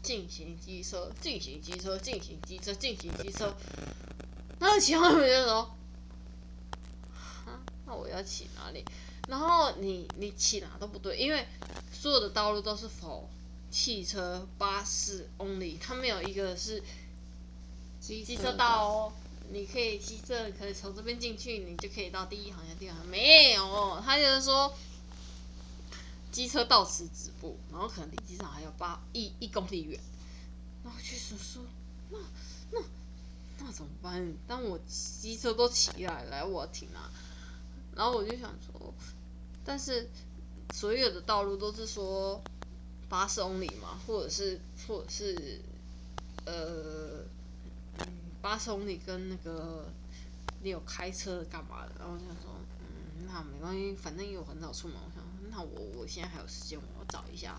A: 进行机车，进行机车，进行机车，进行机车。那骑到那边的时候，啊那我要骑哪里？然后你你骑哪都不对，因为所有的道路都是否汽车、巴士 only，它没有一个是机
D: 机
A: 车道哦，你可以机车，可以从这边进去，你就可以到第一行呀、第二行。没有，他就是说机车到此止步，然后可能离机场还有八一一公里远。然后去叔叔，那那那怎么办？当我机车都骑来了，我要停啊！然后我就想说，但是所有的道路都是说八十公里嘛，或者是或者是呃嗯八十公里跟那个你有开车干嘛的？然后我想说，嗯，那没关系，反正因为我很早出门，我想那我我现在还有时间，我找一下。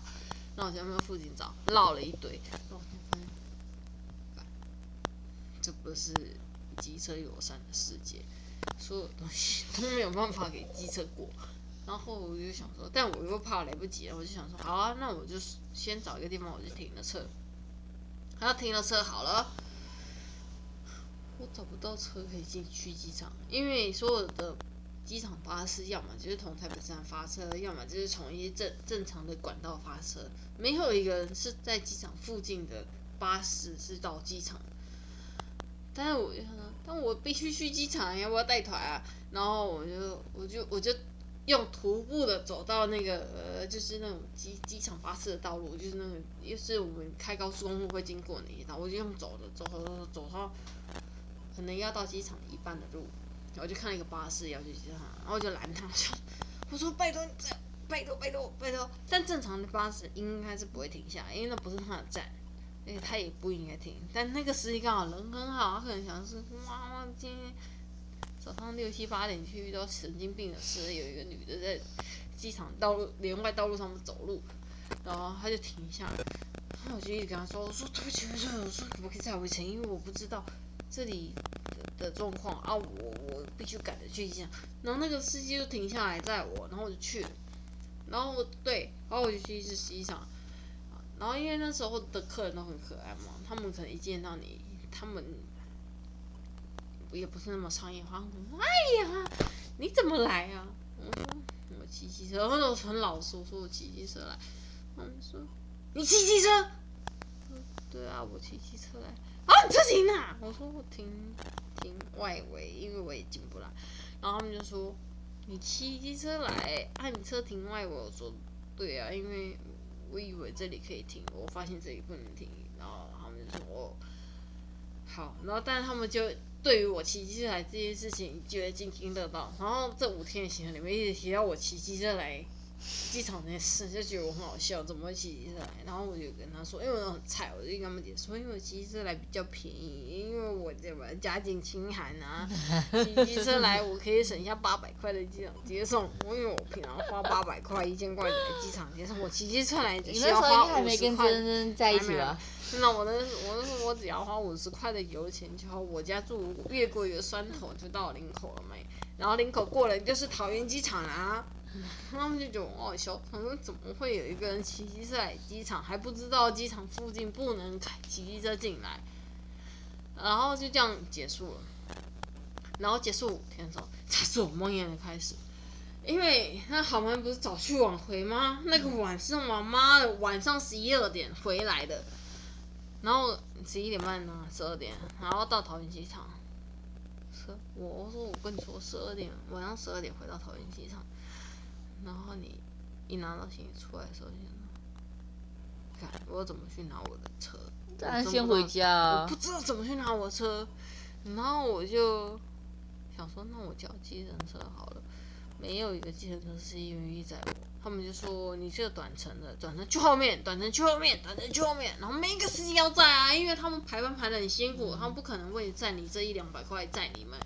A: 那我在那附近找，绕了一堆，然后我就发现，干这不是机车友善的世界，所有东西都没有办法给机车过。然后我就想说，但我又怕来不及了，我就想说，好啊，那我就先找一个地方，我就停了车。然后停了车好了，我找不到车可以进去机场，因为所有的机场巴士要么就是从台北站发车，要么就是从一些正正常的管道发车，没有一个人是在机场附近的巴士是到机场的。但是我就想说，但我必须去机场呀，我要带团啊。然后我就我就我就用徒步的走到那个呃，就是那种机机场巴士的道路，就是那个也是我们开高速公路会经过那一道，我就用走的走走走走到可能要到机场一半的路，我就看了一个巴士要去机场，然后我就拦他，我说我说拜托你这拜托拜托拜托，但正常的巴士应该是不会停下来，因为那不是他的站。而且他也不应该停，但那个司机刚好人很好，他可能想是哇，哇今天早上六七八点去遇到神经病的事，有一个女的在机场道路连外道路上面走路，然后她就停下来，然后我就一直跟她说，我说对不起，对不起，我说可不可以再回程，因为我不知道这里的的状况啊，我我必须赶着去机场。然后那个司机就停下来载我，然后我就去了，然后我对，然后我就去去机场，然后因为那时候的客人都很可爱嘛，他们可能一见到你，他们也不是那么商业化，他们可能说哎呀，你怎么来啊？我说我骑机车，然后我很老实，我说我骑机车来。他们说你骑机车？我说对啊，我骑机车来。啊，你车停哪？我说我停停外围，因为我也进不来。然后他们就说你骑机车来，啊，你车停外围。我说对啊，因为我以为这里可以停，我发现这里不能停。然后他们就说哦，好，然后但是他们就对于我骑机车来这件事情觉得津津乐道，然后这五天的行程里面一直提到我骑机车来机场那事，就觉得我很好笑，怎么会骑机车来？然后我就跟他说，因为我很菜，我就跟他们解释说，因为我骑机车来比较便宜，因为我这么家境清寒 啊，骑机车来我可以省下八百块的机场接送，我因为我平常花八百块一千块买机场接送，我骑机车来只
E: 你
A: 需
E: 那时
A: 要
E: 候应
A: 花
E: 该还
A: 五
E: 没
A: 十
E: 跟
A: 块。
E: 真真在一起吧？
A: 那我的我那时候我只要花五十块的油钱，就好我家住越过一个山头就到林口了没，然后林口过了就是桃园机场啦、 他们就觉得我好笑，他说怎么会有一个人骑机车来机场，还不知道机场附近不能开骑机车进来，然后就这样结束了。然后结束五天之后，才是我梦魇的开始。因为那航班不是早去晚回吗？那个晚上我妈的晚上十一二点回来的，然后十一点半呢，十二点，然后到桃园机场。十，我我说我跟你说，十二点晚上十二点回到桃园机场，然后你一拿到行李出来的时候，就想，看我怎么去拿我的车？
E: 当然先回家
A: 我
E: 啊
A: 不。知道怎么去拿我车，然后我就想说，那我叫计程车好了。没有一个计程车司机愿意载我，他们就说你这个短程的，短程去后面，短程去后面，短程去后面，然后没一个司机要载啊，因为他们排班排的很辛苦，他们不可能为了载你这一两百块载你们。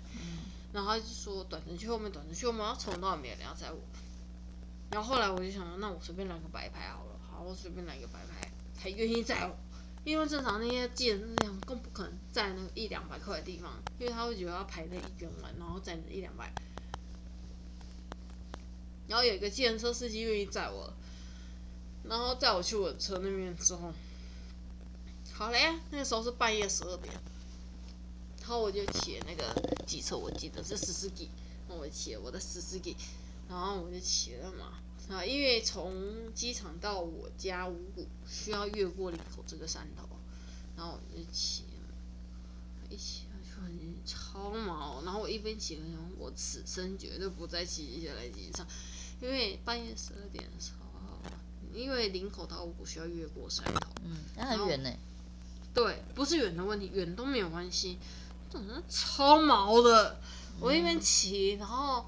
A: 然后他就说短程去后面，短程去后面，然后从头到尾没有人要载我。然后后来我就想说，那我随便来个白牌好了，好，我随便来一个白牌，才愿意载我。因为正常那些计程车这样更不可能在那个一两百块的地方，因为他会觉得要排在一元完，然后占一两百。然后有一个计程车司机愿意载我了，然后载我去我的车那边之后，好了呀，那个时候是半夜十二点，然后我就骑那个机车，我记得是十四 G，那我骑我的十四 G，然后我就骑了嘛，啊，因为从机场到我家五股需要越过林口这个山头，然后我就骑，一骑就很超毛，然后我一边骑，我想我此生绝对不再骑机车来机场，因为半夜十二点的时候，因为林口到五股需要越过山头，
E: 嗯，那很远呢。
A: 对，不是远的问题，远都没有关系，真的超毛的。我一边骑，然后，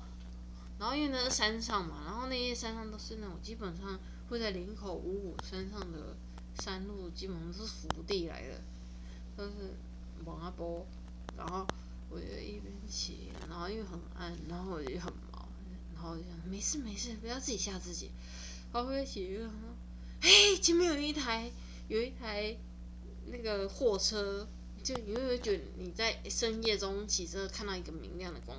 A: 然后因为那是山上嘛，然后那些山上都是那种基本上会在林口五股山上的山路，基本上都是福地来的，都是往阿波，然后我就一边骑，然后因为很暗，然后我就很毛，然后我就想没事没事，不要自己吓自己，然后我就骑，然后嘿，前面有一台有一台那个货车，就你会不会觉得你在深夜中骑车看到一个明亮的光，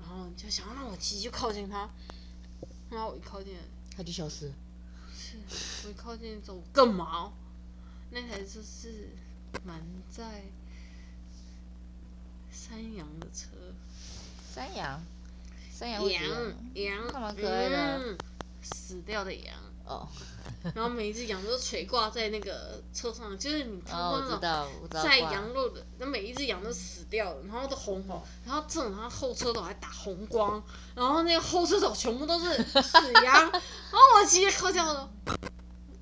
A: 然后你就想要让我骑就靠近它，然后我一靠近，
H: 他就消失了。
A: 我一靠近之后我更毛，那台车是满载山羊的车，
H: 山羊，山羊会
A: 羊
H: 怎样？
A: 羊，
H: 干嘛可爱的啊
A: 嗯死掉的羊，
H: 哦
A: 然后每一只羊都垂挂在那个车上，就是你看
H: 哦，
A: 过
H: 我
A: 那
H: 知
A: 种
H: 道，我知道。
A: 晒羊肉的，那每一只羊都死掉了，然后都红红，然后这种它后车斗还打红光，然后那个后车斗全部都是死羊， 然后我骑着靠近我说，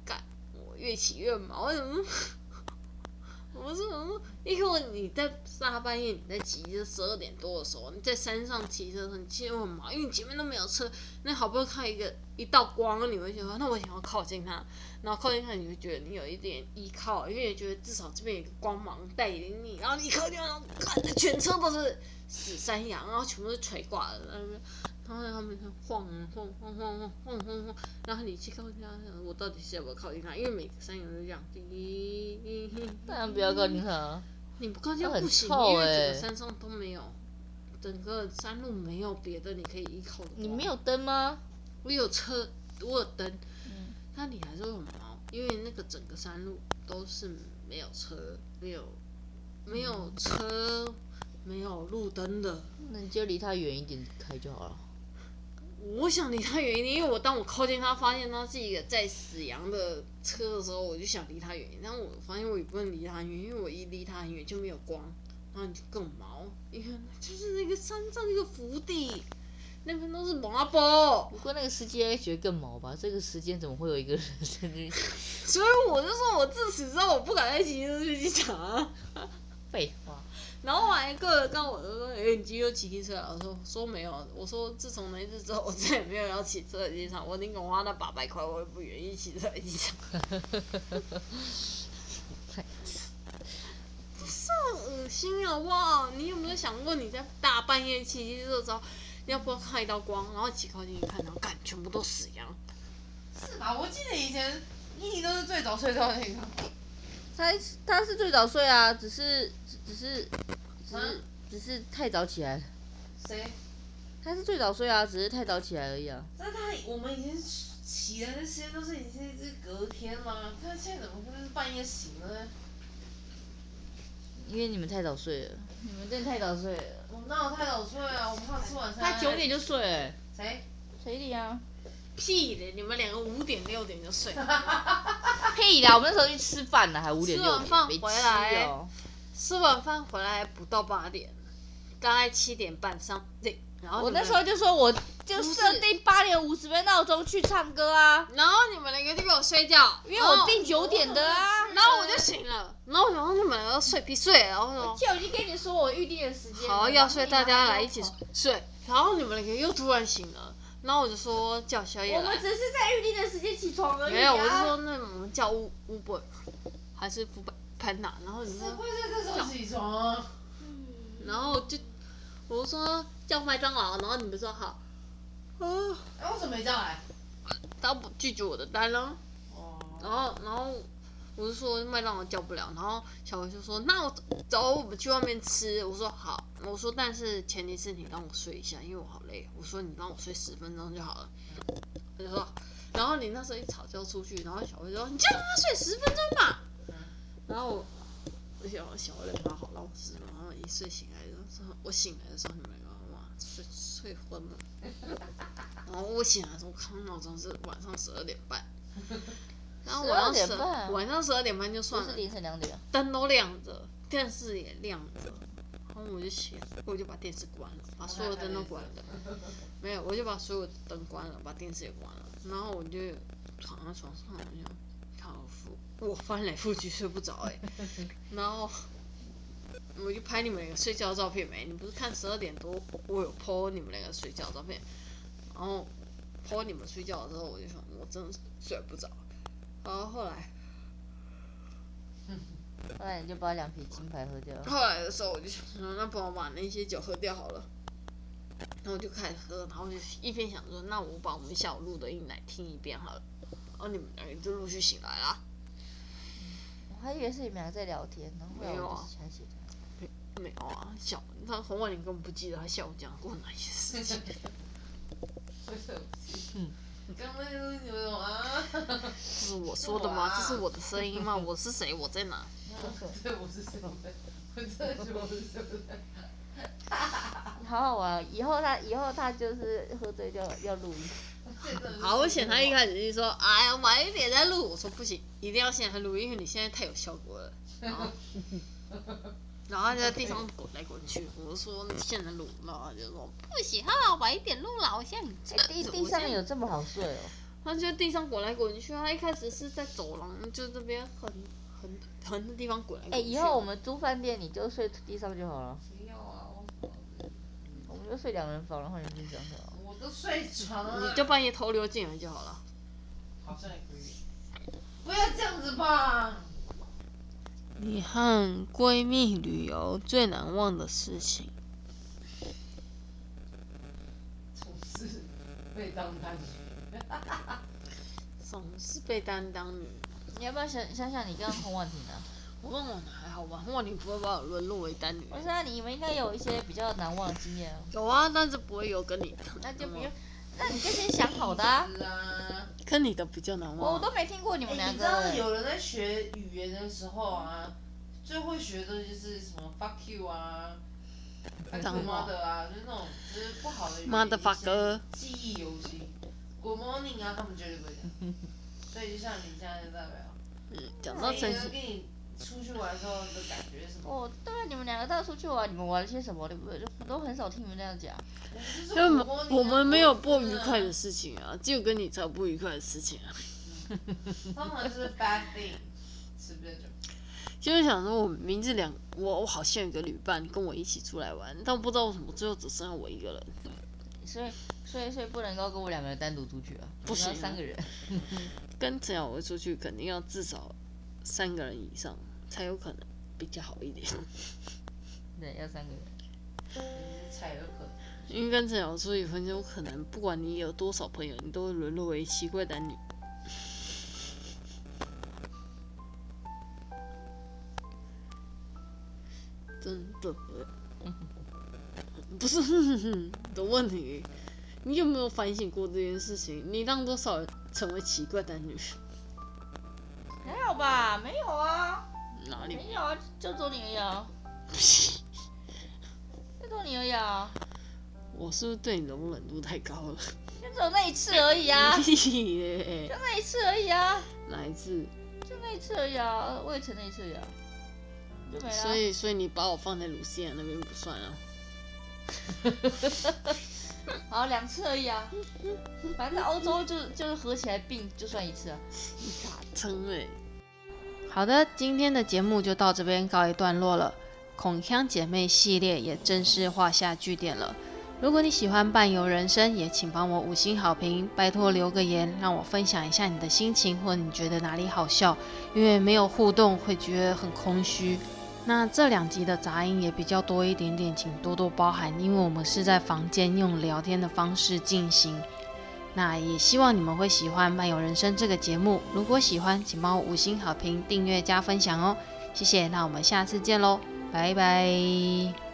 A: 干，我越骑越毛， 我怎么？我是么？因为你在大半夜你在骑车十二点多的时候，你在山上骑车的时候，你其实会很毛，因为你前面都没有车，那好不容易看一个一道光，你会觉得那我想要靠近它，然后靠近它，你会觉得你有一点依靠，因为你觉得至少这边有一个光芒带领你，然后你一靠近它，然后看这全车都是死山羊，然后全部都是垂挂的，然后然后他们就晃晃晃晃晃晃晃晃，然后你去靠近它，我到底是要不要靠近它？因为每个山羊都这样，滴，
E: 当然不要靠近他。
A: 你不靠近
E: 那很
A: 不行，
E: 臭
A: 因为整
E: 欸
A: 个山上都没有，整个山路没有别的你可以依靠的。
E: 你没？有灯吗？
A: 我有车，我有灯，
E: 嗯
A: 那你还是会很毛，因为那个整个山路都是没有车、没有没有车、没有路灯的。
E: 那你就离他远一点开就好了。
A: 我想离他远一点，因为我当我靠近他，发现他是一个在死羊的车的时候，我就想离他远一点。但我发现我也不能离他很远，因为我一离他很远就没有光，然后你就更毛，因为就是那个山上那个福地，那边都是麻包，
E: 不过那个司机应该觉得更毛吧？这个时间怎么会有一个人在那里？
A: 所以我就说我自此之后我不敢再骑车去机场啊。
E: 废话，
A: 然后我还过了跟我哥说：“哎、你今天又骑机车了？”我说：“说没有。”我说：“自从那一次之后，我再也没有要骑车的机场。我宁可花那八百块，我也不愿意骑车的机场。”不是很恶心好不好？你有没有想过，你在大半夜骑机车的时候，要不要看一道光，然后骑靠近一看，然后干全部都死一样？
D: 是吧？啊我记得以前一定都是最早睡觉的那个。
E: 他他是最早睡啊，只是只只是只是只是太早起来了。
D: 谁？
E: 他是最早睡啊，只是太早起来而已啊。
D: 那他我们以前起的那些都是已经是隔天吗？他现在怎么会是半夜醒的呢？
E: 因为你们太早睡了，你们真的太早睡了。
D: 我们哪有太早睡啊？我们怕吃晚餐。
E: 他九点就睡、欸，
D: 谁？
E: 谁理啊？
A: 屁的！你们两个五点六点就睡，
E: 屁啦！我们那时候去吃饭啊呢，还五点
A: 吃
E: 六
A: 完
E: 点
A: 饭
E: 没
A: 回
E: 吃
A: 来
E: 哦
A: 吃完饭回来不到八点，大概七点半上对，然后
E: 我
A: 你们
E: 那时候就说，我就
A: 不是
E: 设定八点五十分闹钟去唱歌啊，
A: 然后你们两个就给我睡觉，
E: 因为
A: 然后
E: 我定九点的啊。
A: 然后我就醒了，然后我想说你们两个睡皮睡，然后我
E: 就已经跟你说我预定的时间
A: 说
E: 了
A: 好要睡，大家来一起睡，然后你们两个又突然醒了，然后我就说叫宵夜
E: 我们
A: 来，
E: 只是在预定的时间起床而已、啊。
A: 没有，我是说那我们叫乌乌本还是不潘娜，然后你
D: 谁
A: 说
D: 会在这时候起床啊？
A: 然后就我说叫麦当劳，然后你们说好，啊，
D: 哎，为什么没叫来？
A: 他不拒绝我的单了、然
D: 哦。
A: 后然后我就说麦当劳叫不了，然后小维就说那我走，我们去外面吃。我说好，我说但是前提是你让我睡一下，因为我好累。我说你让我睡十分钟就好了。他就说，然后你那时候一吵就出去，然后小维就说你就让他睡十分钟吧。然后我我想小维他好让我十分钟，然后一睡醒来就说，我醒来的时候你们两个哇睡睡昏了。然后我醒来的时候，我看到闹钟是晚上十二点 半。然后晚上
H: 12
A: 十
H: 点半啊
A: 晚上十二点半就
H: 不
A: 算
H: 是
A: 了，
H: 凌晨两点啊，
A: 灯都亮着，电视也亮着，然后我就起来，我就把电视关了，把所有灯都关了，没有，我就把所有灯关了，把电视也关了，然后我就躺在床上，我就靠覆，我翻来覆去睡不着哎、然后我就拍你们两个睡觉的照片没？你不是看十二点多我有 po 你们两个睡觉的照片，然后 po 你们睡觉的时候，我就想我真的睡不着，然后后来。
H: 不然你就把两瓶金牌喝掉。
A: 后来的时候，我就想说，那帮我把那些酒喝掉好了。然后我就开始喝，然后我就一边想说，那我把我们下午录的音来听一遍好了。然后你们两个就陆续醒来啦。
H: 我还以为是你们俩在聊天呢，后来
A: 没有
H: 我
A: 啊
H: 就想起来，
A: 没有啊，小那洪婉玲根本不记得她下午讲过哪些事情。嗯
D: 你刚刚那些东西你们懂啊？
A: 这是我说的吗？这是我的声音吗？我是谁？我在哪？
D: 对，我是谁？ 我真的觉得我是谁？
H: 好好玩哦。以后他以后他就是喝醉就要录音，
A: 好险！他一开始就说：“哎呀，晚一点再录。”我说：“不行，一定要现在录，因为你现在太有效果了。”然后，然后他就在地上滚来滚去。我就说：“你现在录。”然后他就说：“不行啊，晚一点录啦，我现在很
H: 哎、
A: 正
H: 地
A: 我
H: 地上
A: 现在
H: 有这么好睡哦？
A: 他就地上滚来滚去。他一开始是在走廊，就这边很很很的地方滚来滚
H: 哎、
A: 去。
H: 以后我们租饭店你就睡地上就好了，
D: 不要啊！
H: 我们就睡两人房，然后你们地上就好了。
D: 我都睡床
A: 你
D: 了。
A: 就半夜偷溜进来就好了。
D: 好像也可以。不要这样子吧。
A: 你和闺蜜旅游最难忘的事情，
D: 总是被当单。
A: 总是被担当女。
H: 你要不要想想想你跟洪婉婷啊？
A: 我问我还好吧，问你不会把我沦落为单女
H: 我
A: 人。
H: 说啊你们应该有一些比较难忘的经验啊，
A: 有啊，但是不会有跟你，
H: 那就不用，那你就先想好的啊。
D: 是啊。
A: 跟你的比较难忘。啊
H: 我都没听过你
D: 哎
H: 们两
D: 你知道
H: 个。
D: 有人在学语言的时候啊，最会学的就是什么 fuck you 啊，还是
A: 脏话
D: 妈的啊，就是那种就是不好的语言，
A: 妈的发哥，
D: 一些记忆犹新。Good morning 啊，他们绝对不会讲。所以就像你现在代表，
A: 嗯，讲到真
D: 每个
A: 心，
D: 跟你出去玩的时候的感觉是什么？
H: 哦，对啊，你们两个到处去玩，你们玩了些什么？你们都很少听你们那样讲。
D: 我们就是
A: 因为
D: good morning 啊
A: 我们没有不
D: good
A: 愉
D: morning 啊
A: 快的事情啊，只有跟你才有不愉快的事情啊。
D: 通常就是 bad thing，吃不下酒。
A: 其就是想说，我明字两，我我好像有个旅伴跟我一起出来玩，但我不知道为什么最后只剩下我一个人。
E: 所以所以所以不能够跟我两个人单独出去啊，
A: 不
E: 我们要
A: 行
E: 三个人。
A: 跟陈小薇出去，肯定要至少三个人以上才有可能比较好一点。
E: 对，要三个人。
D: 才有可能。
A: 因为跟陈小出去，很有可能不管你有多少朋友，你都会沦落为奇怪 男女。真的，
E: 嗯
A: 不是的问题，你有没有反省过这件事情？你让多少人成为奇怪男女？
E: 还好吧，没有啊，
A: 哪里？
E: 没有啊，就走你而已啊，就走你而已啊，
A: 我是不是对你容忍度太高了？
E: 就走那一次而已 啊，就
A: 耶
E: 那一次而已啊，
A: 哪一次？
E: 就那一次而已啊，我也成那一次而已啊，就没了啊。
A: 所以，所以你把我放在鲁西亚那边不算啊？
E: 好，两次而已啊。反正欧洲就就是合起来并就算一次啊。
A: 真哎、
C: 好的，今天的节目就到这边告一段落了。孔锵姐妹系列也正式画下句点了。如果你喜欢伴游人生，也请帮我五星好评，拜托留个言，让我分享一下你的心情，或你觉得哪里好笑，因为没有互动会觉得很空虚。那这两集的杂音也比较多一点点，请多多包涵，因为我们是在房间用聊天的方式进行。那也希望你们会喜欢《漫游人生》这个节目。如果喜欢，请帮我五星好评、订阅加分享哦，谢谢。那我们下次见喽，拜拜。